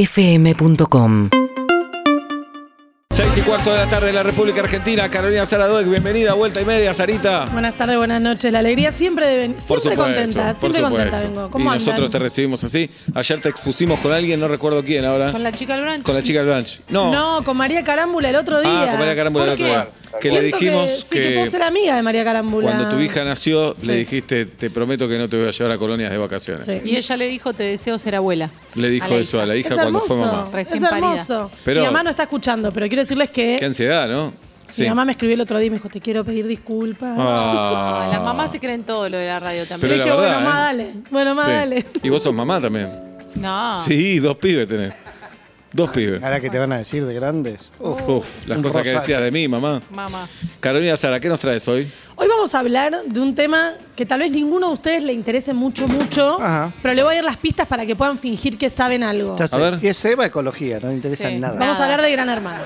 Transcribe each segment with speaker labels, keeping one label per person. Speaker 1: urbanaplayfm.com
Speaker 2: 6 y cuarto de la tarde en la República Argentina. Carolina Saradoc, bienvenida, vuelta y media, Sarita.
Speaker 3: Buenas tardes, buenas noches. La alegría siempre de venir. Siempre
Speaker 2: Por supuesto,
Speaker 3: contenta,
Speaker 2: por
Speaker 3: siempre
Speaker 2: supuesto.
Speaker 3: contenta vengo.
Speaker 2: y
Speaker 3: ¿Cómo andan?
Speaker 2: nosotros te recibimos así. Ayer te expusimos con alguien, no recuerdo quién ahora.
Speaker 4: Con la chica del brunch.
Speaker 2: Con la chica del brunch. No.
Speaker 3: No, con María Carámbula el otro día.
Speaker 2: ah, con María Carambula
Speaker 4: ¿Por
Speaker 2: del otro
Speaker 4: qué?
Speaker 2: lugar. Que le
Speaker 3: Siento
Speaker 2: dijimos
Speaker 3: sí, que, puedo ser amiga de María Carámbula.
Speaker 2: cuando tu hija nació, le
Speaker 3: Sí.
Speaker 2: dijiste, te prometo que no te voy a llevar a colonias de vacaciones.
Speaker 3: Sí.
Speaker 4: Y ella le dijo, te deseo ser abuela.
Speaker 2: Le dijo
Speaker 4: A la
Speaker 2: eso
Speaker 4: hija.
Speaker 2: a la
Speaker 3: Es
Speaker 2: hija cuando
Speaker 3: hermoso.
Speaker 2: fue mamá.
Speaker 4: Recién
Speaker 3: es
Speaker 4: parida.
Speaker 3: hermoso.
Speaker 2: Pero-
Speaker 3: mi mamá no está escuchando, pero quiero decirles que
Speaker 2: Qué ansiedad, ¿no?
Speaker 3: mi Eh, mamá me escribió el otro día y me dijo, te quiero pedir disculpas.
Speaker 2: Ah.
Speaker 4: Ah, Las mamás se creen todo lo de la radio también.
Speaker 2: Pero
Speaker 3: Le
Speaker 2: la
Speaker 3: dije,
Speaker 2: verdad,
Speaker 3: bueno, más
Speaker 2: ¿eh?
Speaker 3: dale. Bueno, más
Speaker 2: Sí.
Speaker 3: dale.
Speaker 2: Y vos sos mamá también.
Speaker 3: Ah.
Speaker 4: No.
Speaker 2: Sí, dos pibes tenés. Dos pibes.
Speaker 5: Ahora que te van a decir de grandes.
Speaker 2: Uf,
Speaker 3: Uh,
Speaker 2: uf, las
Speaker 5: Un
Speaker 2: cosas que
Speaker 5: rosario.
Speaker 2: decías de mí, mamá.
Speaker 4: Mamá.
Speaker 2: Carolina Sara, ¿qué nos traes hoy?
Speaker 3: Hoy vamos a hablar de un tema que tal vez ninguno de ustedes le interese mucho, mucho,
Speaker 5: Ajá.
Speaker 3: pero le voy a dar las pistas para que puedan fingir que saben algo.
Speaker 5: Ya sé,
Speaker 2: ver.
Speaker 5: Si es Eva, ecología, no le interesa
Speaker 4: Sí.
Speaker 5: nada.
Speaker 3: Vamos a hablar de Gran Hermano.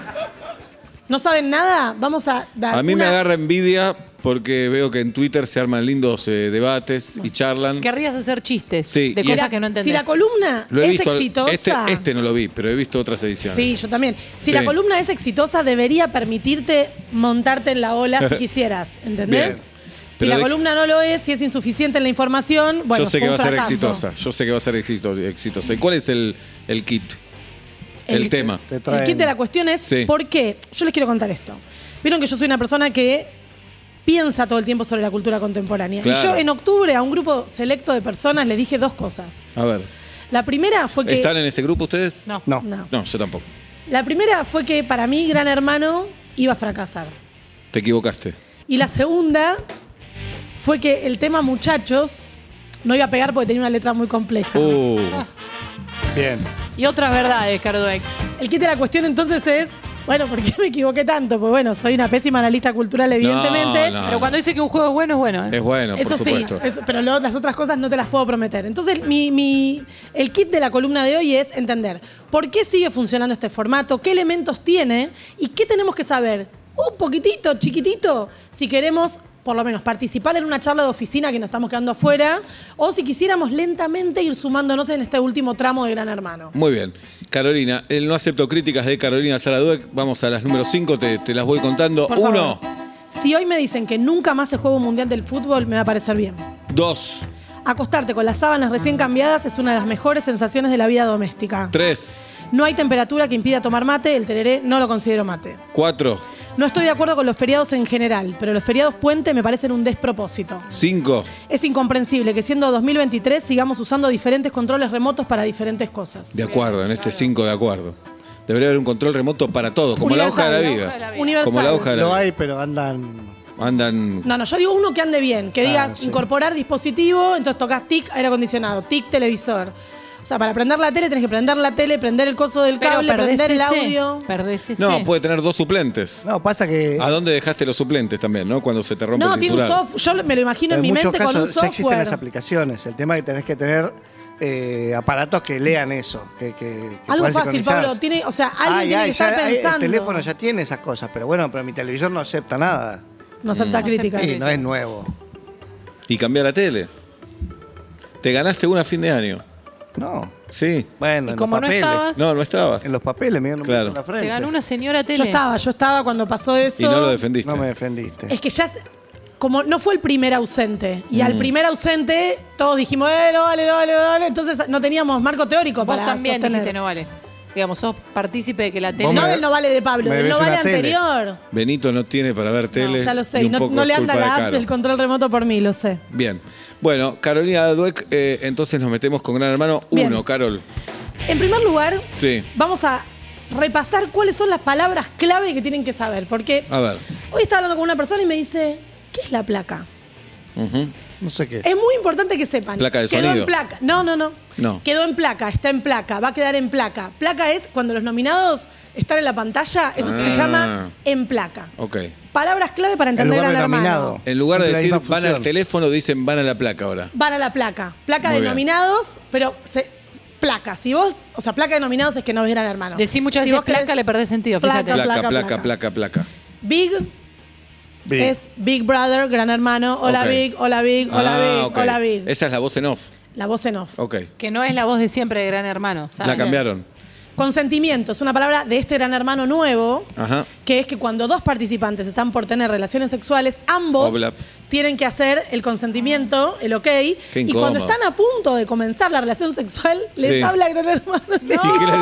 Speaker 3: ¿No saben nada? Vamos a dar
Speaker 2: A mí me
Speaker 3: una-
Speaker 2: agarra envidia porque veo que en Twitter se arman lindos eh, debates y charlan.
Speaker 4: Querrías hacer chistes
Speaker 2: Sí,
Speaker 4: de
Speaker 2: y-
Speaker 4: cosas
Speaker 3: Mira,
Speaker 4: que no entendés.
Speaker 3: Si la columna
Speaker 2: Lo he
Speaker 3: es
Speaker 2: visto.
Speaker 3: exitosa...
Speaker 2: Este, este no lo vi, pero he visto otras ediciones.
Speaker 3: Sí, yo también. Si
Speaker 2: Sí.
Speaker 3: la columna es exitosa, debería permitirte montarte en la ola si quisieras, ¿entendés?
Speaker 2: Bien.
Speaker 3: Si
Speaker 2: Pero
Speaker 3: la
Speaker 2: de-
Speaker 3: columna no lo es, si es insuficiente en la información, bueno,
Speaker 2: yo sé
Speaker 3: fue
Speaker 2: que va
Speaker 3: un
Speaker 2: a ser
Speaker 3: fracaso.
Speaker 2: exitosa. Yo sé que va a ser exito- exitosa. ¿Y cuál es el, el kit? El,
Speaker 3: El-
Speaker 2: tema.
Speaker 5: Te traen-
Speaker 3: El kit de la cuestión es
Speaker 2: Sí.
Speaker 3: por qué. Yo les quiero contar esto. Vieron que yo soy una persona que piensa todo el tiempo sobre la cultura contemporánea.
Speaker 2: Claro.
Speaker 3: Y yo en octubre a un grupo selecto de personas les dije dos cosas.
Speaker 2: A ver.
Speaker 3: La primera fue que
Speaker 2: ¿Están en ese grupo ustedes?
Speaker 4: No.
Speaker 5: No.
Speaker 3: No.
Speaker 2: No, yo tampoco.
Speaker 3: la primera fue que para mí Gran Hermano iba a fracasar.
Speaker 2: Te equivocaste.
Speaker 3: Y la segunda fue que el tema muchachos no iba a pegar porque tenía una letra muy compleja.
Speaker 2: Oh,
Speaker 5: Bien.
Speaker 4: Y otras verdades, Cardueck.
Speaker 3: El kit de la cuestión entonces es, bueno, ¿por qué me equivoqué tanto? Pues bueno, soy una pésima analista cultural evidentemente.
Speaker 2: no.
Speaker 4: Pero cuando dice que un juego es bueno, es bueno. ¿eh?
Speaker 2: Ah. es bueno,
Speaker 3: Eso
Speaker 2: por
Speaker 3: sí,
Speaker 2: supuesto.
Speaker 3: eso- pero lo- las otras cosas no te las puedo prometer. Entonces, mi, mi- el kit de la columna de hoy es entender por qué sigue funcionando este formato, qué elementos tiene y qué tenemos que saber un poquitito, chiquitito, si queremos por lo menos participar en una charla de oficina que nos estamos quedando afuera o si quisiéramos lentamente ir sumándonos en este último tramo de Gran Hermano.
Speaker 2: Muy bien. Carolina, el no acepto críticas de Carolina Saraduec. Vamos a las número 5, te, te las voy contando.
Speaker 3: Por
Speaker 2: Uno,
Speaker 3: favor. Si hoy me dicen que nunca más se juega un mundial del fútbol, me va a parecer bien.
Speaker 2: dos,
Speaker 3: Acostarte con las sábanas recién cambiadas es una de las mejores sensaciones de la vida doméstica.
Speaker 2: tres,
Speaker 3: No hay temperatura que impida tomar mate, el tereré no lo considero mate.
Speaker 2: cuatro,
Speaker 3: No estoy de acuerdo con los feriados en general, pero los feriados puente me parecen un despropósito.
Speaker 2: cinco,
Speaker 3: Es incomprensible que siendo 2023 sigamos usando diferentes controles remotos para diferentes cosas.
Speaker 2: De acuerdo, en este 5 de acuerdo. Debería haber un control remoto para todo, como la hoja de la
Speaker 3: Universal,
Speaker 4: hoja de la
Speaker 2: vida.
Speaker 4: vida.
Speaker 3: Universal.
Speaker 2: Como la hoja de la
Speaker 5: Lo
Speaker 2: vida.
Speaker 5: hay, pero andan.
Speaker 2: Andan.
Speaker 3: No, no, yo digo uno que ande bien, que diga
Speaker 5: Ah, sí.
Speaker 3: incorporar dispositivo, entonces tocas tic aire acondicionado, tic televisor. O sea, para prender la tele tenés que prender la tele, prender el coso del
Speaker 4: Pero
Speaker 3: cable,
Speaker 4: perdés
Speaker 3: prender el
Speaker 4: ese.
Speaker 3: audio.
Speaker 4: Perdés ese.
Speaker 2: No, pues, puede tener dos suplentes.
Speaker 5: No, pasa que.
Speaker 2: ¿A dónde dejaste los suplentes también, no? Cuando se te rompe
Speaker 3: No,
Speaker 2: el
Speaker 3: tiene un
Speaker 2: titular.
Speaker 3: software, yo me lo imagino en, mi
Speaker 5: muchos
Speaker 3: mente con un
Speaker 5: casos ya existen
Speaker 3: software.
Speaker 5: las aplicaciones. El tema es que tenés que tener eh, aparatos que lean eso. Que, que- que
Speaker 3: Algo
Speaker 5: puedan
Speaker 3: fácil,
Speaker 5: sincronizar.
Speaker 3: Pablo. Tiene, o sea, alguien
Speaker 5: Ay,
Speaker 3: tiene
Speaker 5: ay,
Speaker 3: que
Speaker 5: ya-
Speaker 3: estar
Speaker 5: ay,
Speaker 3: pensando.
Speaker 5: El teléfono ya tiene esas cosas, pero bueno, pero mi televisor no acepta nada.
Speaker 3: No acepta
Speaker 4: No
Speaker 3: críticas.
Speaker 4: acepta
Speaker 5: Y no es nuevo.
Speaker 2: Y cambiar la tele. Te ganaste una a fin de año.
Speaker 5: No.
Speaker 2: Sí.
Speaker 5: Bueno,
Speaker 4: Y
Speaker 5: en
Speaker 4: como
Speaker 5: los
Speaker 4: no
Speaker 5: papeles.
Speaker 4: estabas,
Speaker 2: No, no estabas.
Speaker 5: En los papeles, me dieron
Speaker 2: Claro.
Speaker 5: en la frente.
Speaker 4: se ganó una señora tele.
Speaker 3: Yo estaba, yo estaba cuando pasó eso.
Speaker 2: Y no lo defendiste.
Speaker 5: No me defendiste.
Speaker 3: Es que ya es- como no fue el primer ausente. Y
Speaker 5: Mm.
Speaker 3: al primer ausente todos dijimos, eh, no vale, no vale, no vale. Entonces no teníamos marco teórico
Speaker 4: Vos
Speaker 3: para
Speaker 4: también
Speaker 3: sostener.
Speaker 4: dijiste no vale. Digamos, sos partícipe de que la tele...
Speaker 5: Vos
Speaker 3: No
Speaker 5: me-
Speaker 3: del no vale de Pablo,
Speaker 5: me
Speaker 3: del no
Speaker 5: debes
Speaker 3: vale
Speaker 5: una tele.
Speaker 3: anterior.
Speaker 2: Benito no tiene para ver tele.
Speaker 3: ya lo sé,
Speaker 2: y
Speaker 3: y
Speaker 2: un
Speaker 3: no,
Speaker 2: poco
Speaker 3: no
Speaker 2: es
Speaker 3: le anda
Speaker 2: culpa de
Speaker 3: la app
Speaker 2: Caro.
Speaker 3: del control remoto por mí, lo sé.
Speaker 2: Bien. Bueno, Carolina Dueck, eh, entonces nos metemos con Gran Hermano
Speaker 3: Bien.
Speaker 2: 1, Carol.
Speaker 3: En primer lugar,
Speaker 2: Sí.
Speaker 3: vamos a repasar cuáles son las palabras clave que tienen que saber. Porque
Speaker 2: A ver.
Speaker 3: hoy estaba hablando con una persona y me dice, ¿qué es la placa?
Speaker 2: Ujú.
Speaker 5: No sé qué.
Speaker 3: Es muy importante que sepan.
Speaker 2: Placa de
Speaker 3: Quedó
Speaker 2: sonido.
Speaker 3: en placa. No, no, no,
Speaker 2: No.
Speaker 3: Quedó en placa, está en placa, va a quedar en placa. Placa es cuando los nominados están en la pantalla, eso
Speaker 2: Ah.
Speaker 3: se llama en placa.
Speaker 2: Ok.
Speaker 3: Palabras clave para
Speaker 5: El
Speaker 3: entender
Speaker 5: lugar
Speaker 3: al
Speaker 5: denominado.
Speaker 3: hermano.
Speaker 2: En lugar de
Speaker 5: Siempre la
Speaker 2: decir
Speaker 5: misma
Speaker 2: van al
Speaker 5: función.
Speaker 2: teléfono, dicen van a la placa ahora.
Speaker 3: Van a la placa. Placa
Speaker 2: Muy
Speaker 3: de
Speaker 2: bien.
Speaker 3: nominados, pero se- placa. Si vos, o sea, placa de nominados es que no ves gran hermano.
Speaker 4: Decís muchas
Speaker 3: Si
Speaker 4: veces
Speaker 3: vos querés-
Speaker 4: placa, le perdés sentido, fíjate.
Speaker 2: Placa, placa, placa,
Speaker 3: placa,
Speaker 2: placa, placa.
Speaker 3: Big, es Big Brother, gran hermano. Hola
Speaker 2: Ok.
Speaker 3: Big, hola Big, hola
Speaker 2: Ah,
Speaker 3: Big,
Speaker 2: ok.
Speaker 3: hola Big.
Speaker 2: Esa es la voz en off.
Speaker 3: La voz en off.
Speaker 2: Ok.
Speaker 4: Que no es la voz de siempre de Gran Hermano.
Speaker 2: La
Speaker 4: ¿saben?
Speaker 2: cambiaron.
Speaker 3: Consentimiento es una palabra de este gran hermano nuevo,
Speaker 2: Ajá.
Speaker 3: que es que cuando dos participantes están por tener relaciones sexuales, ambos
Speaker 2: Obla.
Speaker 3: tienen que hacer el consentimiento, el ok, y
Speaker 2: incómodo.
Speaker 3: cuando están a punto de comenzar la relación sexual, les
Speaker 2: Sí.
Speaker 3: habla gran hermano.
Speaker 2: ¿Y qué le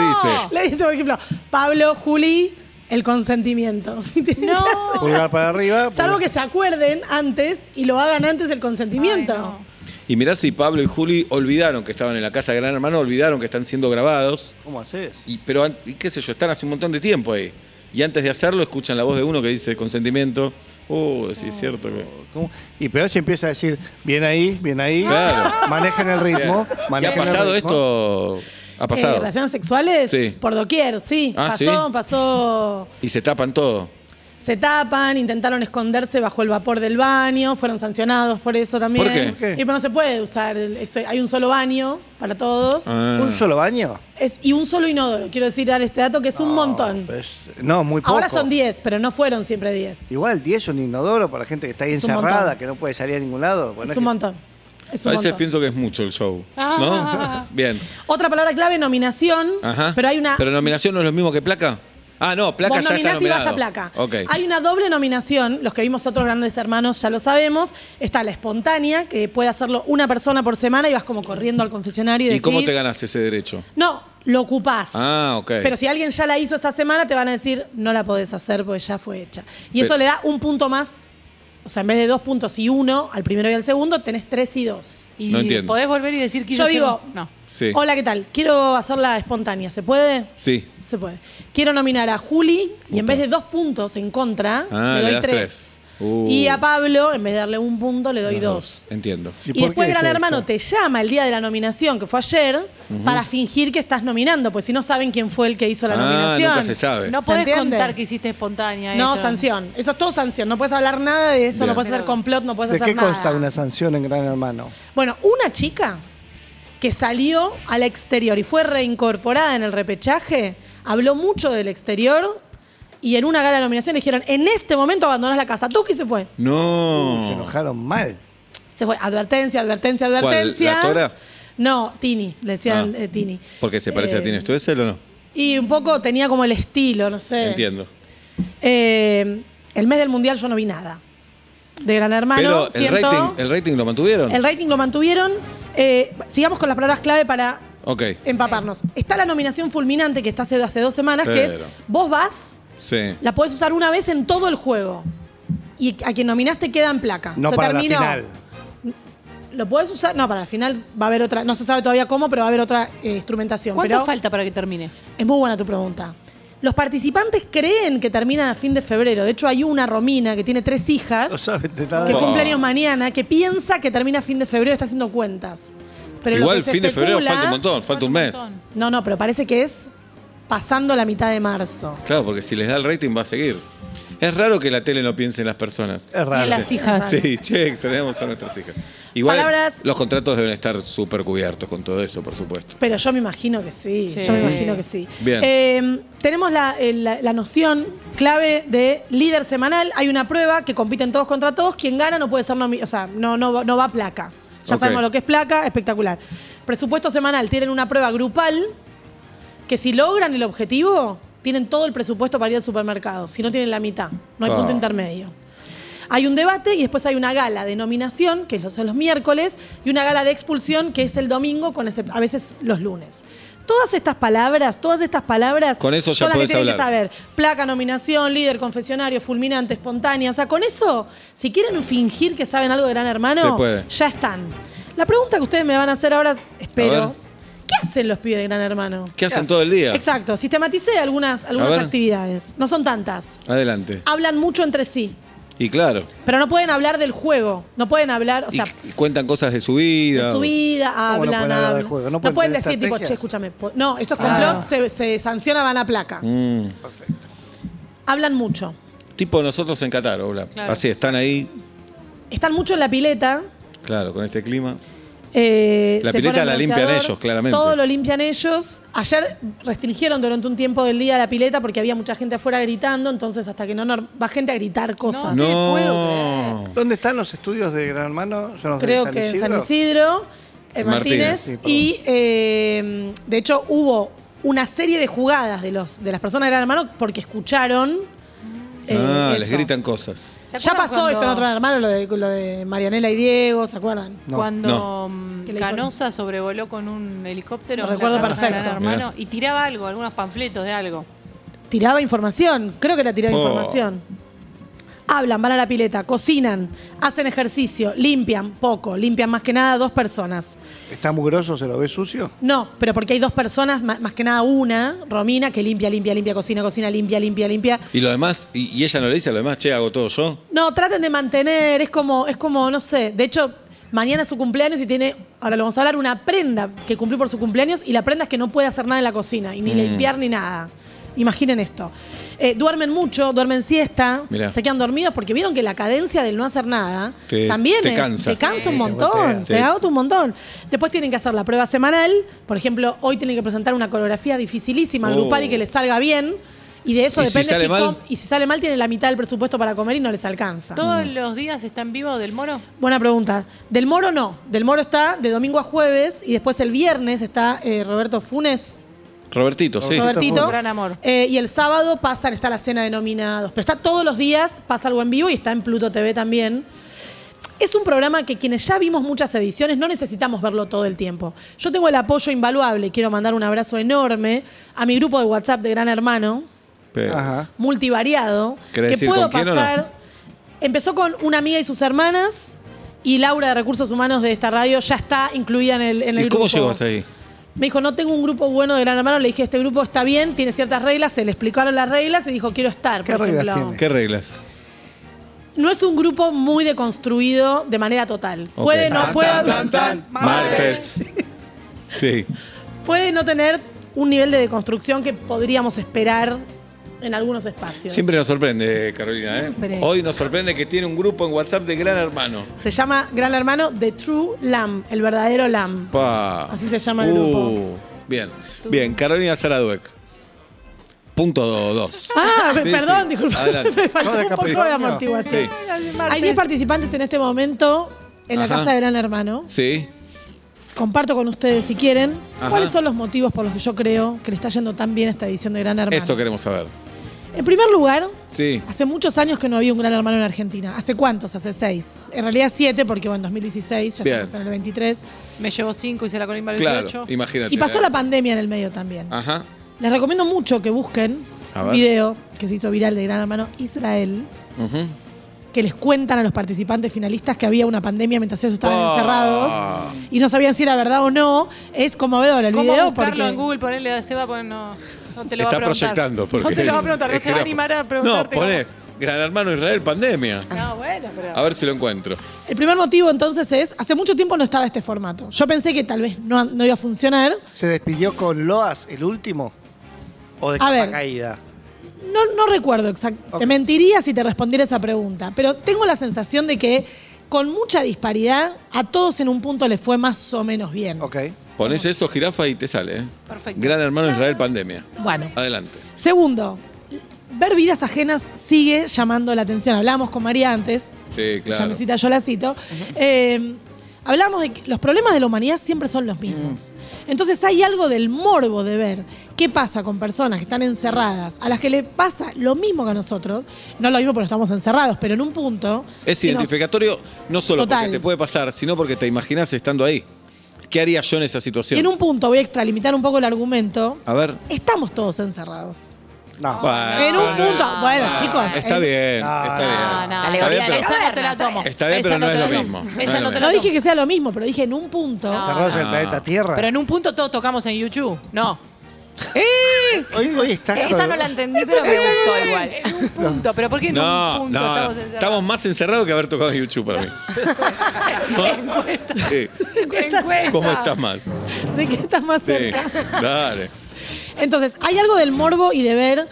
Speaker 2: dice?
Speaker 3: Le dice, por ejemplo, Pablo, Juli, el consentimiento. Y tienen que hacer-
Speaker 5: Pulgar para arriba.
Speaker 3: Salvo
Speaker 5: pulgar-
Speaker 3: que se acuerden antes y lo hagan antes el consentimiento.
Speaker 4: Ay, no.
Speaker 2: Y mirá si Pablo y Juli olvidaron que estaban en la casa de Gran Hermano, olvidaron que están siendo grabados.
Speaker 5: ¿Cómo haces?
Speaker 2: Y, pero, an- y qué sé yo, están hace un montón de tiempo ahí. Y antes de hacerlo, escuchan la voz de uno que dice consentimiento. Oh, sí, es cierto. que-
Speaker 5: ¿Cómo? Y peor si empieza a decir, bien ahí, bien ahí,
Speaker 2: Claro.
Speaker 5: manejen el ritmo.
Speaker 2: Bien. ¿Y ha
Speaker 5: manejen el
Speaker 2: pasado
Speaker 5: ritmo.
Speaker 2: esto? Ha
Speaker 3: Eh,
Speaker 2: pasado.
Speaker 3: relaciones sexuales
Speaker 2: Sí.
Speaker 3: por doquier, sí.
Speaker 2: Ah,
Speaker 3: pasó,
Speaker 2: ¿sí?
Speaker 3: pasó.
Speaker 2: Y se tapan todo.
Speaker 3: Se tapan, intentaron esconderse bajo el vapor del baño, fueron sancionados por eso también.
Speaker 2: ¿Por qué?
Speaker 5: ¿Por qué?
Speaker 3: Y pero no se puede usar, el- ese- hay un solo baño para todos.
Speaker 2: Ah.
Speaker 5: ¿Un solo baño?
Speaker 3: Es, y un solo inodoro, quiero decir, dar este dato que es un montón.
Speaker 5: Pues, no, muy poco.
Speaker 3: Ahora son 10, pero no fueron siempre 10.
Speaker 5: Igual 10 un inodoro para gente que está ahí
Speaker 3: Es un
Speaker 5: encerrada,
Speaker 3: montón.
Speaker 5: que no puede salir a ningún lado. Bueno,
Speaker 3: es
Speaker 5: es
Speaker 3: un
Speaker 5: que-
Speaker 3: montón. Es
Speaker 2: A
Speaker 3: un
Speaker 2: veces
Speaker 3: montón.
Speaker 2: pienso que es mucho el show.
Speaker 4: Ah.
Speaker 2: ¿No? Bien.
Speaker 3: Otra palabra clave, nominación.
Speaker 2: Ajá.
Speaker 3: Pero hay una.
Speaker 2: ¿Pero nominación no es lo mismo que placa? Ah, no, placa
Speaker 3: Vos
Speaker 2: ya está
Speaker 3: nominás y vas
Speaker 2: nominado.
Speaker 3: a placa.
Speaker 2: Ok.
Speaker 3: Hay una doble nominación, los que vimos otros grandes hermanos ya lo sabemos. Está la espontánea, que puede hacerlo una persona por semana y vas como corriendo al confesionario y
Speaker 2: ¿Y
Speaker 3: decís...
Speaker 2: cómo te ganas ese derecho?
Speaker 3: No, lo ocupás.
Speaker 2: Ah, ok.
Speaker 3: Pero si alguien ya la hizo esa semana, te van a decir, no la podés hacer porque ya fue hecha. Y
Speaker 2: Pero-
Speaker 3: eso le da un punto más, o sea, en vez de dos puntos y uno al primero y al segundo, tenés tres y dos.
Speaker 4: Y
Speaker 2: No entiendo.
Speaker 4: podés volver y decir quise
Speaker 3: Yo
Speaker 4: hacer
Speaker 3: digo-
Speaker 4: un- No.
Speaker 2: Sí.
Speaker 3: Hola, ¿qué tal? Quiero hacerla espontánea, ¿se puede?
Speaker 2: Sí.
Speaker 3: Se puede. Quiero nominar a Juli y en vez de dos puntos en contra,
Speaker 2: Ah,
Speaker 3: le
Speaker 2: le
Speaker 3: doy
Speaker 2: das
Speaker 3: tres.
Speaker 2: tres. Uh.
Speaker 3: Y a Pablo, en vez de darle un punto, le doy dos.
Speaker 2: Entiendo.
Speaker 5: ¿Y
Speaker 3: Y,
Speaker 5: por
Speaker 3: después
Speaker 5: qué
Speaker 3: Gran
Speaker 5: es esto?
Speaker 3: Hermano te llama el día de la nominación, que fue ayer, para fingir que estás nominando, pues si no saben quién fue el que hizo la
Speaker 2: Ah,
Speaker 3: nominación.
Speaker 2: nunca se sabe.
Speaker 4: No
Speaker 3: ¿Se
Speaker 4: podés
Speaker 3: entiende?
Speaker 4: contar que hiciste espontánea.
Speaker 3: No,
Speaker 4: eso.
Speaker 3: sanción. Eso es todo sanción. No puedes hablar nada de eso,
Speaker 2: Bien.
Speaker 3: no puedes hacer
Speaker 4: Pero-
Speaker 3: complot, no puedes
Speaker 5: ¿De
Speaker 3: hacer
Speaker 5: qué
Speaker 3: nada.
Speaker 5: consta una sanción en Gran Hermano?
Speaker 3: Bueno, una chica que salió al exterior y fue reincorporada en el repechaje, habló mucho del exterior y en una gala de nominación le dijeron, en este momento abandonás la casa. Tuki se fue.
Speaker 2: Mm.
Speaker 5: Se
Speaker 2: No.
Speaker 5: enojaron mal.
Speaker 3: Se fue. Advertencia, advertencia,
Speaker 2: ¿Cuál,
Speaker 3: advertencia.
Speaker 2: la tora?
Speaker 3: No, Tini, le decían
Speaker 2: Ah.
Speaker 3: eh, Tini.
Speaker 2: Porque se parece a
Speaker 3: Eh,
Speaker 2: ti, ¿es ese o no?
Speaker 3: Y un poco tenía como el estilo, no sé.
Speaker 2: Entiendo.
Speaker 3: Eh, el mes del mundial yo no vi nada. De Gran Hermano.
Speaker 2: Pero el
Speaker 3: siento-
Speaker 2: rating, el rating lo mantuvieron.
Speaker 3: el rating lo mantuvieron. Eh, sigamos con las palabras clave para
Speaker 2: ok.
Speaker 3: empaparnos. Está la nominación fulminante que está hace, hace dos semanas, que es
Speaker 2: Pero.
Speaker 3: vos vas,
Speaker 2: Sí.
Speaker 3: la podés usar una vez en todo el juego. Y a quien nominaste queda en placa.
Speaker 5: No
Speaker 3: Se
Speaker 5: para
Speaker 3: terminó.
Speaker 5: la final.
Speaker 3: Lo podés usar. No, para la final va a haber otra. No se sabe todavía cómo, pero va a haber otra eh, instrumentación.
Speaker 4: ¿Cuánto
Speaker 3: Pero
Speaker 4: falta para que termine?
Speaker 3: es muy buena tu pregunta. Los participantes creen que terminan a fin de febrero. De hecho, hay una Romina que tiene tres hijas
Speaker 5: No saben de nada.
Speaker 3: que
Speaker 2: Oh.
Speaker 3: cumple años mañana, que piensa que termina a fin de febrero y está haciendo cuentas. Pero lo
Speaker 2: Igual
Speaker 3: que se
Speaker 2: fin de febrero
Speaker 3: especula-
Speaker 2: falta un montón, falta un mes.
Speaker 4: montón.
Speaker 3: No, no, pero parece que es pasando la mitad de marzo.
Speaker 2: Claro, porque si les da el rating va a seguir. Es raro que la tele no piense en las personas.
Speaker 3: Ah,
Speaker 5: Es raro.
Speaker 4: Y las hijas.
Speaker 2: Ah, Sí, che, extrañamos a nuestras hijas. Igual
Speaker 3: Palabras-
Speaker 2: los contratos deben estar súper cubiertos con todo eso, por supuesto.
Speaker 3: Pero yo me imagino que sí,
Speaker 4: Sí.
Speaker 3: yo me imagino que sí.
Speaker 2: Bien.
Speaker 3: Eh, tenemos la, eh, la- la noción clave de líder semanal. Hay una prueba que compiten todos contra todos. Quien gana no puede ser nomi- o sea, no, no, va- no va a placa. Ya
Speaker 2: Ok.
Speaker 3: sabemos lo que es placa, espectacular. Presupuesto semanal, tienen una prueba grupal que si logran el objetivo, tienen todo el presupuesto para ir al supermercado. Si no, tienen la mitad. No hay
Speaker 2: Ah.
Speaker 3: punto intermedio. Hay un debate y después hay una gala de nominación, que son los miércoles, y una gala de expulsión, que es el domingo, con excep- a veces los lunes. Todas estas palabras, todas estas palabras
Speaker 2: Con eso ya
Speaker 3: son las que
Speaker 2: podés
Speaker 3: tienen que
Speaker 2: hablar.
Speaker 3: saber. Placa, nominación, líder, confesionario, fulminante, espontánea. O sea, con eso, si quieren fingir que saben algo de Gran Hermano,
Speaker 2: Se puede.
Speaker 3: ya están. La pregunta que ustedes me van a hacer ahora,
Speaker 2: A ver.
Speaker 3: espero, ¿qué hacen los pibes de Gran Hermano?
Speaker 2: ¿Qué hacen todo el día?
Speaker 3: Exacto, sistematicé algunas,
Speaker 2: A
Speaker 3: algunas
Speaker 2: ver.
Speaker 3: actividades. No son tantas.
Speaker 2: Adelante.
Speaker 3: Hablan mucho entre sí,
Speaker 2: Y claro.
Speaker 3: pero no pueden hablar del juego. No pueden hablar, o sea,
Speaker 2: y, y cuentan cosas de su vida.
Speaker 3: de su vida,
Speaker 5: ¿Cómo no
Speaker 3: hablan,
Speaker 5: pueden hablar del
Speaker 3: hablan.
Speaker 5: juego? ¿No
Speaker 3: No
Speaker 5: pueden
Speaker 3: pueden,
Speaker 5: tener
Speaker 3: decir, tipo,
Speaker 5: estrategias?
Speaker 3: che, escúchame. po- No, estos complots
Speaker 4: Ah.
Speaker 3: se, se sancionan, van a placa.
Speaker 2: Mm.
Speaker 3: Hablan mucho.
Speaker 2: Tipo nosotros en Qatar, hola.
Speaker 4: Claro.
Speaker 2: Así, están ahí,
Speaker 3: Están mucho en la pileta.
Speaker 2: claro, con este clima.
Speaker 3: eh,
Speaker 2: La
Speaker 3: se
Speaker 2: pileta
Speaker 3: ponen
Speaker 2: la limpian
Speaker 3: bronceador,
Speaker 2: ellos, claramente.
Speaker 3: Todo lo limpian ellos. Ayer restringieron durante un tiempo del día la pileta porque había mucha gente afuera gritando, entonces hasta que no nor- va gente a gritar cosas.
Speaker 4: No puedo
Speaker 2: No.
Speaker 5: ¿Dónde están los estudios de Gran Hermano? Yo no sé,
Speaker 3: Creo
Speaker 5: ¿San
Speaker 3: que en
Speaker 5: Isidro?
Speaker 3: San Isidro. eh,
Speaker 2: Martínez.
Speaker 3: Martínez.
Speaker 5: Sí, perdón.
Speaker 3: y eh, de hecho hubo una serie de jugadas de, los, de las personas de Gran Hermano porque escucharon. eh,
Speaker 2: ah,
Speaker 3: eso.
Speaker 2: les gritan cosas.
Speaker 4: ¿Se
Speaker 3: Ya
Speaker 4: acuerdan
Speaker 3: pasó esto en
Speaker 4: cuando-
Speaker 3: otro Gran Hermano, lo de, lo de Marianela y Diego, ¿se acuerdan?
Speaker 5: No.
Speaker 4: Cuando mm,
Speaker 3: Que le
Speaker 4: Canosa sobrevoló con un helicóptero,
Speaker 3: Lo
Speaker 4: la
Speaker 3: recuerdo
Speaker 4: casa de Gran
Speaker 3: perfecto.
Speaker 4: hermano, y tiraba algo, algunos panfletos de algo.
Speaker 3: Tiraba información, creo que la tiraba
Speaker 2: Oh.
Speaker 3: información. Hablan, van a la pileta, cocinan, hacen ejercicio, limpian poco, limpian más que nada dos personas.
Speaker 5: ¿Está mugroso? ¿Se lo ve sucio?
Speaker 3: No, pero porque hay dos personas, ma- más que nada una, Romina, que limpia, limpia, limpia, cocina, cocina, limpia, limpia, limpia.
Speaker 2: Y lo demás, y, y ella no le dice a lo demás, che, hago todo yo.
Speaker 3: No, traten de mantener, es como, es como, no sé, de hecho, mañana es su cumpleaños y tiene, ahora lo vamos a hablar, una prenda que cumplió por su cumpleaños y la prenda es que no puede hacer nada en la cocina, y
Speaker 2: Mm.
Speaker 3: ni limpiar ni nada. Imaginen esto. Eh, duermen mucho, duermen siesta,
Speaker 2: Mirá.
Speaker 3: se quedan dormidos porque vieron que la cadencia del no hacer nada
Speaker 2: Te-
Speaker 3: también
Speaker 2: te
Speaker 3: es-
Speaker 2: cansa.
Speaker 3: te cansa un
Speaker 5: Sí, te
Speaker 3: montón,
Speaker 5: botea.
Speaker 3: te
Speaker 2: Sí.
Speaker 3: agota un montón. Después tienen que hacer la prueba semanal, por ejemplo, hoy tienen que presentar una coreografía dificilísima,
Speaker 2: Oh.
Speaker 3: grupal y que les salga bien. Y de eso
Speaker 2: ¿Y si
Speaker 3: depende
Speaker 2: sale mal?
Speaker 3: com- y si sale mal tienen la mitad del presupuesto para comer y no les alcanza.
Speaker 4: ¿Todos los días está en vivo del moro?
Speaker 3: Buena pregunta. Del Moro no. Del Moro está de domingo a jueves y después el viernes está eh, Roberto Funes,
Speaker 2: Robertito, sí.
Speaker 5: Roberto.
Speaker 3: Robertito.
Speaker 5: Funes.
Speaker 4: Gran amor.
Speaker 3: Eh, y el sábado pasan, está la cena de nominados. Pero está todos los días, pasa algo en vivo y está en Pluto TV también. Es un programa que quienes ya vimos muchas ediciones no necesitamos verlo todo el tiempo. Yo tengo el apoyo invaluable, quiero mandar un abrazo enorme a mi grupo de WhatsApp de Gran Hermano,
Speaker 2: Pero-
Speaker 5: Ajá.
Speaker 3: multivariado
Speaker 2: ¿Querés
Speaker 3: que
Speaker 2: decir
Speaker 3: puedo
Speaker 2: con quién o no?
Speaker 3: pasar. Empezó con una amiga y sus hermanas y Laura de Recursos Humanos de esta radio ya está incluida en el, en el
Speaker 2: ¿Y cómo
Speaker 3: grupo.
Speaker 2: llegó hasta ahí?
Speaker 3: Me dijo, no tengo un grupo bueno de Gran Hermano. Le dije, este grupo está bien, tiene ciertas reglas. Se le explicaron las reglas y dijo, quiero estar,
Speaker 5: ¿Qué
Speaker 3: por
Speaker 5: reglas
Speaker 3: ejemplo.
Speaker 5: tiene?
Speaker 2: ¿Qué reglas?
Speaker 3: No es un grupo muy deconstruido de manera total.
Speaker 2: Ok.
Speaker 3: Puede, no,
Speaker 2: Tan,
Speaker 3: puede,
Speaker 2: Martes. Sí.
Speaker 3: puede no tener un nivel de deconstrucción que podríamos esperar en algunos espacios.
Speaker 2: Siempre nos sorprende, Carolina. ¿eh?
Speaker 4: Siempre.
Speaker 2: Hoy nos sorprende que tiene un grupo en WhatsApp de Gran Hermano.
Speaker 3: Se llama Gran Hermano The True Lamb, el verdadero Lamb.
Speaker 2: Pa. Uh,
Speaker 3: Así se llama el grupo.
Speaker 2: Bien, bien. Carolina Saraduec. Punto 2.
Speaker 3: Ah,
Speaker 2: Sí,
Speaker 3: perdón,
Speaker 2: sí.
Speaker 3: disculpa.
Speaker 2: Adelante.
Speaker 3: Me faltó
Speaker 5: No, de
Speaker 3: un poco de
Speaker 5: Capricornio.
Speaker 3: amortiguación.
Speaker 2: Sí.
Speaker 3: Hay 10 participantes en este momento en la
Speaker 2: Ajá.
Speaker 3: casa de Gran Hermano.
Speaker 2: Sí.
Speaker 3: Comparto con ustedes si quieren.
Speaker 2: Ajá.
Speaker 3: ¿Cuáles son los motivos por los que yo creo que le está yendo tan bien esta edición de Gran Hermano?
Speaker 2: Eso queremos saber.
Speaker 3: En primer lugar,
Speaker 2: Sí.
Speaker 3: hace muchos años que no había un Gran Hermano en Argentina. ¿Hace cuántos? Hace seis. En realidad siete, porque bueno, en 2016 ya
Speaker 2: Bien.
Speaker 3: estamos en el 23.
Speaker 4: Me llevó 5 y se la con el
Speaker 2: Claro,
Speaker 4: 18.
Speaker 2: imagínate.
Speaker 3: Y pasó la pandemia en el medio también.
Speaker 2: Ajá.
Speaker 3: Les recomiendo mucho que busquen
Speaker 2: Ah. A
Speaker 3: un
Speaker 2: ver.
Speaker 3: video que se hizo viral de Gran Hermano Israel,
Speaker 2: Ujú.
Speaker 3: que les cuentan a los participantes finalistas que había una pandemia mientras ellos estaban
Speaker 2: Ah.
Speaker 3: encerrados y no sabían si era verdad o no. Es conmovedor el
Speaker 4: ¿Cómo
Speaker 3: video
Speaker 4: buscarlo
Speaker 3: porque
Speaker 4: en Google? Ponerle a Seba, poner no, no te lo
Speaker 2: Está
Speaker 4: va a preguntar.
Speaker 2: proyectando. Porque
Speaker 4: no te lo va a preguntar, no
Speaker 2: es
Speaker 4: se va a
Speaker 2: jirafa.
Speaker 4: animar a
Speaker 2: No,
Speaker 4: preguntarte.
Speaker 2: ponés Gran Hermano Israel Pandemia.
Speaker 4: cómo- No, bueno, pero... Ah,
Speaker 2: A ver si lo encuentro.
Speaker 3: el primer motivo entonces es, hace mucho tiempo no estaba este formato. Yo pensé que tal vez no, no iba a funcionar.
Speaker 5: ¿Se despidió con Loas el último? ¿O de
Speaker 3: A ver.
Speaker 5: capa caída?
Speaker 3: No, no recuerdo exactamente. Te
Speaker 5: Ok.
Speaker 3: mentiría si te respondiera esa pregunta, pero tengo la sensación de que con mucha disparidad a todos en un punto les fue más o menos bien.
Speaker 5: Ok.
Speaker 2: Ponés eso, jirafa, y te sale. ¿eh?
Speaker 4: Perfecto.
Speaker 2: Gran Hermano Israel Pandemia.
Speaker 3: Bueno.
Speaker 2: Adelante.
Speaker 3: Segundo, ver vidas ajenas sigue llamando la atención. Hablábamos con María antes,
Speaker 2: Sí,
Speaker 3: ella
Speaker 2: claro.
Speaker 3: me cita, yo la cito. Eh, hablábamos de que los problemas de la humanidad siempre son
Speaker 2: Mm.
Speaker 3: los mismos. Entonces hay algo del morbo de ver qué pasa con personas que están encerradas, a las que le pasa lo mismo que a nosotros, no lo mismo porque estamos encerrados, pero en un punto...
Speaker 2: Es
Speaker 3: que nos-
Speaker 2: identificatorio no solo
Speaker 3: Total.
Speaker 2: porque te puede pasar, sino porque te imaginas estando ahí. ¿Qué haría yo en esa
Speaker 3: Y
Speaker 2: situación?
Speaker 3: en un punto, voy a extralimitar un poco el argumento,
Speaker 2: A ver.
Speaker 3: estamos todos encerrados.
Speaker 5: No.
Speaker 2: Bueno,
Speaker 3: en un
Speaker 2: no,
Speaker 3: punto,
Speaker 4: Ah, no,
Speaker 3: bueno
Speaker 4: no,
Speaker 3: chicos,
Speaker 2: Está
Speaker 3: en-
Speaker 2: bien,
Speaker 5: No,
Speaker 2: está
Speaker 5: no,
Speaker 2: bien.
Speaker 4: No, no,
Speaker 2: Está
Speaker 1: la
Speaker 2: bien,
Speaker 1: alegría
Speaker 2: pero-
Speaker 1: de la
Speaker 4: esa no
Speaker 1: caverna,
Speaker 4: te la
Speaker 1: está
Speaker 4: tomo.
Speaker 2: Está bien,
Speaker 4: Esa
Speaker 2: pero no
Speaker 4: te
Speaker 2: es
Speaker 4: la
Speaker 2: lo
Speaker 4: tomo.
Speaker 2: mismo. No es
Speaker 4: Esa
Speaker 2: lo
Speaker 4: no te
Speaker 2: mismo.
Speaker 3: No
Speaker 4: la
Speaker 3: dije
Speaker 4: tomo.
Speaker 3: que sea lo mismo, pero dije en un punto.
Speaker 5: Cerrados el
Speaker 2: No.
Speaker 5: planeta Tierra.
Speaker 4: Pero en un punto todos tocamos en YouTube. No.
Speaker 5: Hoy, hoy está.
Speaker 1: Esa no la entendí, pero me gustó igual.
Speaker 4: En un punto. ¿Pero por qué en un
Speaker 2: No,
Speaker 4: punto
Speaker 2: no,
Speaker 4: estamos
Speaker 2: no.
Speaker 4: encerrados?
Speaker 2: estamos más encerrados que haber tocado YouTube para mí. Sí. ¿Cómo estás más?
Speaker 3: ¿De qué estás más
Speaker 2: Sí,
Speaker 3: cerca?
Speaker 2: dale.
Speaker 3: Entonces, hay algo del morbo y de ver,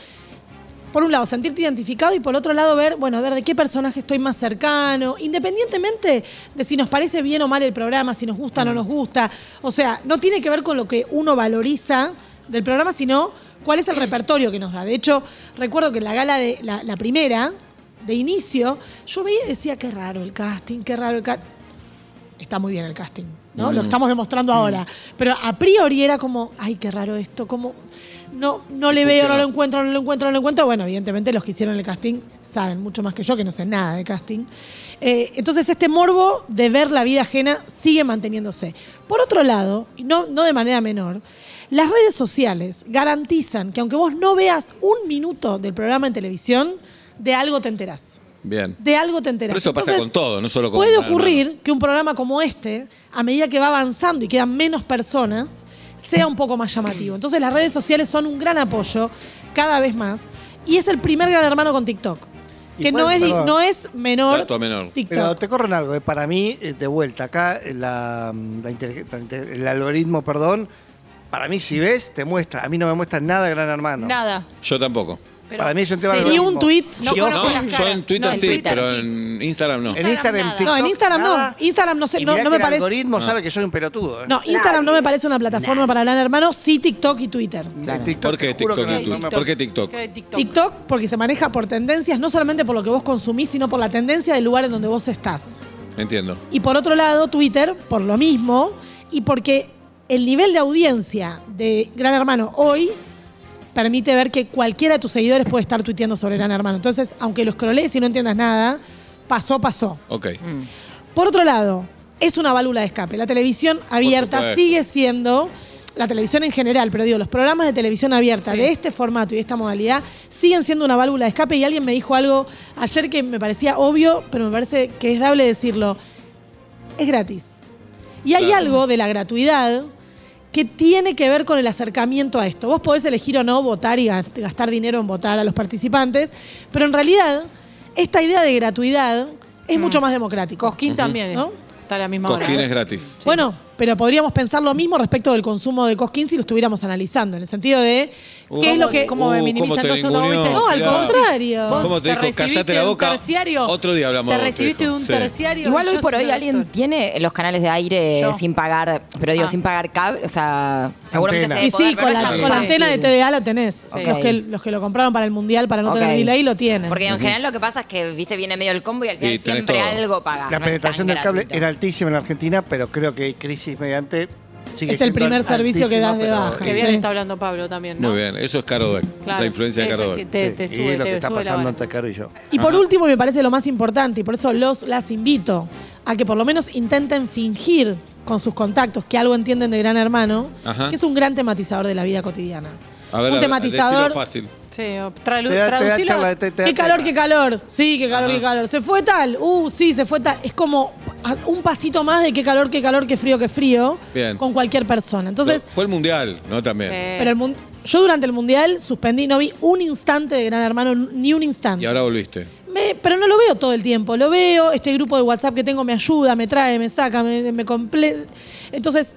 Speaker 3: por un lado, sentirte identificado y por otro lado, ver, bueno, a ver de qué personaje estoy más cercano, independientemente de si nos parece bien o mal el programa, si nos gusta o no nos gusta. O sea, no tiene que ver con lo que uno valoriza del programa, sino cuál es el repertorio que nos da. De hecho, recuerdo que en la gala de la, la primera, de inicio, yo veía y decía, qué raro el casting, qué raro el casting. Está muy bien el casting. ¿no? Lo estamos demostrando ahora. Pero a priori era como, ay, qué raro esto, como no, no le veo, no lo encuentro, no lo encuentro, no lo encuentro. Bueno, evidentemente los que hicieron el casting saben mucho más que yo, que no sé nada de casting. Eh, entonces este morbo de ver la vida ajena sigue manteniéndose. Por otro lado, y no, no de manera menor, las redes sociales garantizan que aunque vos no veas un minuto del programa en televisión, de algo te enterás
Speaker 2: Bien.
Speaker 3: de algo te enteras.
Speaker 2: Pero eso pasa con todo, no solo con
Speaker 3: Puede
Speaker 2: Gran
Speaker 3: ocurrir
Speaker 2: Hermano.
Speaker 3: que un programa como este, a medida que va avanzando y quedan menos personas, sea un poco más llamativo. Entonces las redes sociales son un gran apoyo cada vez más y es el primer Gran Hermano con TikTok.
Speaker 5: Y
Speaker 3: Que
Speaker 5: puede-
Speaker 3: no es, di-
Speaker 5: perdón.
Speaker 3: no es menor,
Speaker 2: Dato menor.
Speaker 5: Pero
Speaker 3: TikTok.
Speaker 5: te corren algo, eh, para mí, eh, de vuelta, acá eh, la, mm, la inteligen- la inte- el algoritmo, perdón, para mí si ves, te muestra. A mí no me muestra nada Gran Hermano.
Speaker 4: Nada.
Speaker 2: Yo tampoco.
Speaker 4: Pero
Speaker 5: para mí es un tema
Speaker 4: sí.
Speaker 5: de
Speaker 3: Ni un
Speaker 5: algoritmo.
Speaker 3: tweet.
Speaker 4: No
Speaker 2: yo,
Speaker 4: conozco las
Speaker 2: yo
Speaker 4: caras.
Speaker 2: en Twitter
Speaker 4: No, en
Speaker 2: sí,
Speaker 4: Twitter
Speaker 2: pero
Speaker 4: sí.
Speaker 2: en Instagram no.
Speaker 5: En Instagram,
Speaker 4: nada.
Speaker 5: TikTok,
Speaker 3: No, en Instagram
Speaker 5: nada.
Speaker 3: no. Instagram no sé,
Speaker 5: Y
Speaker 3: no-
Speaker 5: mirá
Speaker 3: no
Speaker 5: que
Speaker 3: me
Speaker 5: el
Speaker 3: parece-
Speaker 5: algoritmo sabe que soy un pelotudo. ¿eh?
Speaker 3: No, Instagram no me parece una plataforma para Gran Hermano, sí TikTok y Twitter.
Speaker 5: En TikTok,
Speaker 2: ¿Por qué
Speaker 5: te juro
Speaker 2: TikTok
Speaker 5: que
Speaker 2: y
Speaker 5: no- no
Speaker 2: Twitter?
Speaker 5: me-
Speaker 2: ¿Por qué TikTok?
Speaker 4: Creo que TikTok.
Speaker 3: TikTok porque se maneja por tendencias, no solamente por lo que vos consumís, sino por la tendencia del lugar en donde vos estás.
Speaker 2: Entiendo.
Speaker 3: Y por otro lado, Twitter, por lo mismo, y porque el nivel de audiencia de Gran Hermano hoy permite ver que cualquiera de tus seguidores puede estar tuiteando sobre Gran Hermano. Entonces, aunque lo escrolees y no entiendas nada, pasó, pasó.
Speaker 2: Ok.
Speaker 4: Mm.
Speaker 3: Por otro lado, es una válvula de escape. La televisión abierta
Speaker 2: supuesto.
Speaker 3: sigue siendo, la televisión en general, pero digo, los programas de televisión abierta
Speaker 4: Sí.
Speaker 3: de este formato y de esta modalidad siguen siendo una válvula de escape. Y alguien me dijo algo ayer que me parecía obvio, pero me parece que es dable decirlo. Es gratis. Y hay
Speaker 2: Claro.
Speaker 3: algo de la gratuidad que tiene que ver con el acercamiento a esto. Vos podés elegir o no votar y gast- gastar dinero en votar a los participantes, pero en realidad esta idea de gratuidad es
Speaker 2: Mm.
Speaker 3: mucho más democrático.
Speaker 4: Cosquín también.
Speaker 3: ¿No?
Speaker 4: Está a la misma hora.
Speaker 2: Cosquín es gratis.
Speaker 3: Bueno, pero podríamos pensar lo mismo respecto del consumo de Cosquín si lo estuviéramos analizando, en el sentido de qué
Speaker 2: Uh,
Speaker 3: es lo que...
Speaker 4: ¿Cómo me
Speaker 2: Uh,
Speaker 4: minimiza
Speaker 2: cómo te
Speaker 4: entonces uno?
Speaker 2: ninguneó,
Speaker 4: dice,
Speaker 3: No, al
Speaker 4: "Vos-
Speaker 3: contrario.
Speaker 4: vos
Speaker 2: ¿Cómo te dijo?
Speaker 4: recibiste
Speaker 2: Cállate la
Speaker 4: de un
Speaker 2: boca.
Speaker 4: terciario?
Speaker 2: Otro día hablamos de
Speaker 4: Te
Speaker 2: vos, te
Speaker 4: recibiste
Speaker 2: dijo.
Speaker 4: de un
Speaker 2: Sí.
Speaker 4: terciario.
Speaker 6: Igual
Speaker 4: y
Speaker 6: hoy
Speaker 4: yo
Speaker 6: por
Speaker 4: soy
Speaker 6: hoy
Speaker 4: una
Speaker 6: alguien
Speaker 4: doctora.
Speaker 6: tiene los canales de aire
Speaker 4: Yo.
Speaker 6: sin pagar, pero digo,
Speaker 4: Ah.
Speaker 6: sin pagar cable, o sea, seguramente
Speaker 5: Antena.
Speaker 6: se debe
Speaker 3: Y sí,
Speaker 6: poder
Speaker 3: con
Speaker 6: ver
Speaker 3: la,
Speaker 6: también.
Speaker 3: con la antena de TDA lo tenés.
Speaker 4: Sí.
Speaker 3: Los, que,
Speaker 6: Ok.
Speaker 3: los que lo compraron para el Mundial, para no
Speaker 6: Ok.
Speaker 3: tener delay, lo tienen.
Speaker 6: Porque en general lo que pasa es que, viste, viene medio el combo y al
Speaker 2: Y
Speaker 6: final
Speaker 2: tenés
Speaker 6: siempre
Speaker 2: todo.
Speaker 6: algo pagas.
Speaker 5: La
Speaker 6: Ah, no es
Speaker 5: penetración
Speaker 6: tan
Speaker 5: del cable
Speaker 6: gratuito.
Speaker 5: era altísima en la Argentina, pero creo que crisis mediante sigue
Speaker 3: Es el
Speaker 5: siendo
Speaker 3: primer servicio que das de
Speaker 5: altísima,
Speaker 3: baja.
Speaker 4: Que bien
Speaker 3: Sí.
Speaker 4: está hablando Pablo también, ¿no?
Speaker 2: Muy bien. Eso es Caro Dweck.
Speaker 4: Claro.
Speaker 2: La influencia de
Speaker 4: Eso
Speaker 2: Caro
Speaker 4: es que
Speaker 2: Dweck.
Speaker 4: te, te
Speaker 5: Sí,
Speaker 4: sube,
Speaker 5: y lo
Speaker 4: te
Speaker 5: que está
Speaker 4: sube la
Speaker 5: pasando
Speaker 4: vara.
Speaker 5: entre Caro y yo.
Speaker 3: Y por último, y me parece lo más importante, y por eso los las invito a que por lo menos intenten fingir con sus contactos que algo entienden de Gran Hermano,
Speaker 2: Ajá.
Speaker 3: que es un gran tematizador de la vida cotidiana.
Speaker 2: A ver,
Speaker 3: un
Speaker 2: a-
Speaker 3: tematizador.
Speaker 2: decilo fácil.
Speaker 4: Sí, o tralu-
Speaker 5: Te da- te da
Speaker 4: traducilo.
Speaker 5: charla, te- te da
Speaker 3: Qué calor,
Speaker 5: charla.
Speaker 3: qué calor. Sí, qué calor,
Speaker 2: Ajá.
Speaker 3: qué calor. Se fue tal. Uh, sí, se fue tal. Es como a- un pasito más de qué calor, qué calor, qué frío, qué frío
Speaker 2: Bien.
Speaker 3: con cualquier persona. Entonces,
Speaker 2: Fue el mundial, ¿no? También.
Speaker 4: Sí.
Speaker 3: pero el mun- yo durante el mundial suspendí, no vi un instante de Gran Hermano, ni un instante.
Speaker 2: Y ahora volviste.
Speaker 3: Me- pero no lo veo todo el tiempo, lo veo, este grupo de WhatsApp que tengo me ayuda, me trae, me saca, me, me comple- Entonces,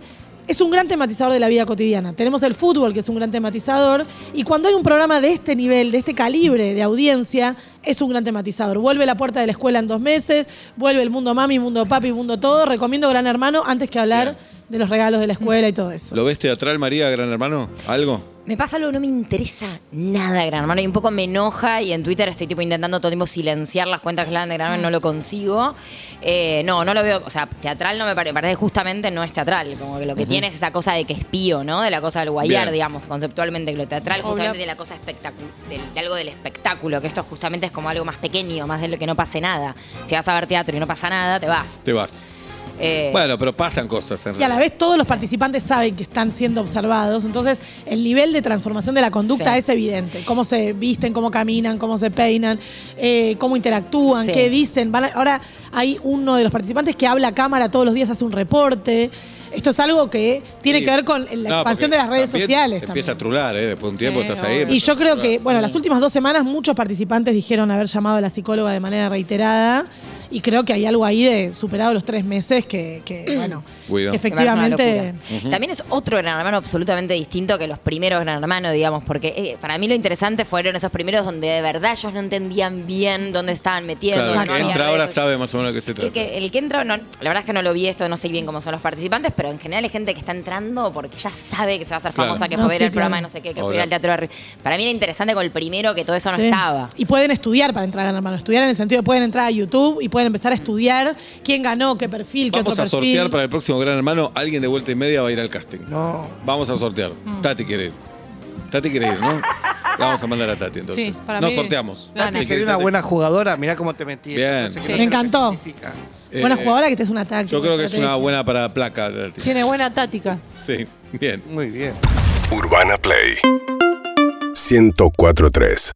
Speaker 3: es un gran tematizador de la vida cotidiana. Tenemos el fútbol, que es un gran tematizador, y cuando hay un programa de este nivel, de este calibre de audiencia, es un gran tematizador. Vuelve la puerta de la escuela en dos meses, vuelve el mundo mami, mundo papi, mundo todo. Recomiendo Gran Hermano antes que hablar
Speaker 2: Bien.
Speaker 3: de los regalos de la escuela y todo eso.
Speaker 2: ¿Lo ves teatral, María, Gran Hermano? ¿Algo?
Speaker 6: Me pasa algo, no me interesa nada, gran hermano. Y un poco me enoja y en Twitter estoy tipo intentando todo el tiempo silenciar las cuentas que le dan de gran hermano, no lo consigo. Eh, no, no lo veo. O sea, teatral no me pare- parece, justamente no es teatral. Como que lo que tiene es esa cosa de que espío, ¿no? De la cosa del guayar,
Speaker 2: Bien.
Speaker 6: digamos, conceptualmente, que lo teatral
Speaker 4: Obvio.
Speaker 6: justamente de la cosa espectacular, de algo del espectáculo, que esto justamente es como algo más pequeño, más de lo que no pase nada. Si vas a ver teatro y no pasa nada, te vas.
Speaker 2: Te vas.
Speaker 6: Eh,
Speaker 2: Bueno, pero pasan cosas en
Speaker 3: Y a la
Speaker 2: realidad.
Speaker 3: vez todos los participantes saben que están siendo observados, entonces el nivel de transformación de la conducta
Speaker 6: Sí.
Speaker 3: es evidente. Cómo se visten, cómo caminan, cómo se peinan, eh, cómo interactúan,
Speaker 6: Sí.
Speaker 3: qué dicen. Van a- ahora hay uno de los participantes que habla a cámara todos los días, hace un reporte. Esto es algo que tiene
Speaker 2: Sí.
Speaker 3: que ver con la
Speaker 2: No,
Speaker 3: expansión de
Speaker 2: porque
Speaker 3: las redes
Speaker 2: también
Speaker 3: sociales.
Speaker 2: te
Speaker 3: también.
Speaker 2: Empieza a trular, ¿eh? Después de un tiempo
Speaker 4: Sí,
Speaker 2: estás ahí.
Speaker 4: obvio.
Speaker 2: empieza
Speaker 3: Y yo
Speaker 2: a Mm.
Speaker 3: creo
Speaker 2: trular.
Speaker 3: que, bueno, las últimas dos semanas muchos participantes dijeron haber llamado a la psicóloga de manera reiterada y creo que hay algo ahí de superado los tres meses que, que, bueno,
Speaker 2: Cuidado.
Speaker 3: que
Speaker 6: Se me hace una
Speaker 3: efectivamente...
Speaker 6: locura. También es otro gran hermano absolutamente distinto que los primeros gran hermano, digamos, porque eh, para mí lo interesante fueron esos primeros donde de verdad ellos no entendían bien dónde estaban metiendo.
Speaker 2: Claro, el
Speaker 6: no
Speaker 2: que
Speaker 6: había
Speaker 2: entra
Speaker 6: redes
Speaker 2: ahora
Speaker 6: sociales.
Speaker 2: sabe más o menos de qué se
Speaker 6: El
Speaker 2: trata.
Speaker 6: que, el que entra, no, la verdad es que no lo vi esto, no sé bien cómo son los participantes, pero en general es gente que está entrando porque ya sabe que se va a hacer
Speaker 2: Claro.
Speaker 6: famosa, que
Speaker 3: No,
Speaker 6: puede ir
Speaker 3: sí,
Speaker 6: al programa
Speaker 3: claro.
Speaker 6: de no sé qué, que
Speaker 2: Obvio.
Speaker 6: puede ir al teatro de Ri- Para mí era interesante con el primero que todo eso no
Speaker 3: Sí.
Speaker 6: estaba.
Speaker 3: Y pueden estudiar para entrar a Gran Hermano. Estudiar en el sentido de pueden entrar a YouTube y pueden pueden empezar a estudiar quién ganó, qué perfil, qué
Speaker 2: Vamos
Speaker 3: otro
Speaker 2: a
Speaker 3: perfil.
Speaker 2: sortear para el próximo Gran Hermano. Alguien de vuelta y media va a ir al casting.
Speaker 5: No.
Speaker 2: Vamos a sortear.
Speaker 4: Mm.
Speaker 2: Tati quiere ir. Tati quiere ir, ¿no? La vamos a mandar a Tati entonces.
Speaker 4: Sí, para
Speaker 2: no
Speaker 4: mí-
Speaker 2: sorteamos.
Speaker 4: Gana.
Speaker 2: Tati quiere
Speaker 5: Sería
Speaker 2: ir,
Speaker 5: una
Speaker 2: Tati.
Speaker 5: buena jugadora, mirá cómo te metí.
Speaker 2: Bien.
Speaker 5: sé qué-
Speaker 4: Sí.
Speaker 5: sé
Speaker 4: Me
Speaker 5: lo que
Speaker 3: encantó.
Speaker 5: significa.
Speaker 3: Buena
Speaker 2: Eh,
Speaker 3: jugadora que te es una táctica.
Speaker 2: Yo creo que es una
Speaker 3: estrategia.
Speaker 2: buena para placa, Tati.
Speaker 4: Tiene buena táctica.
Speaker 2: Sí, bien.
Speaker 5: Muy bien.
Speaker 7: Urbana Play 1043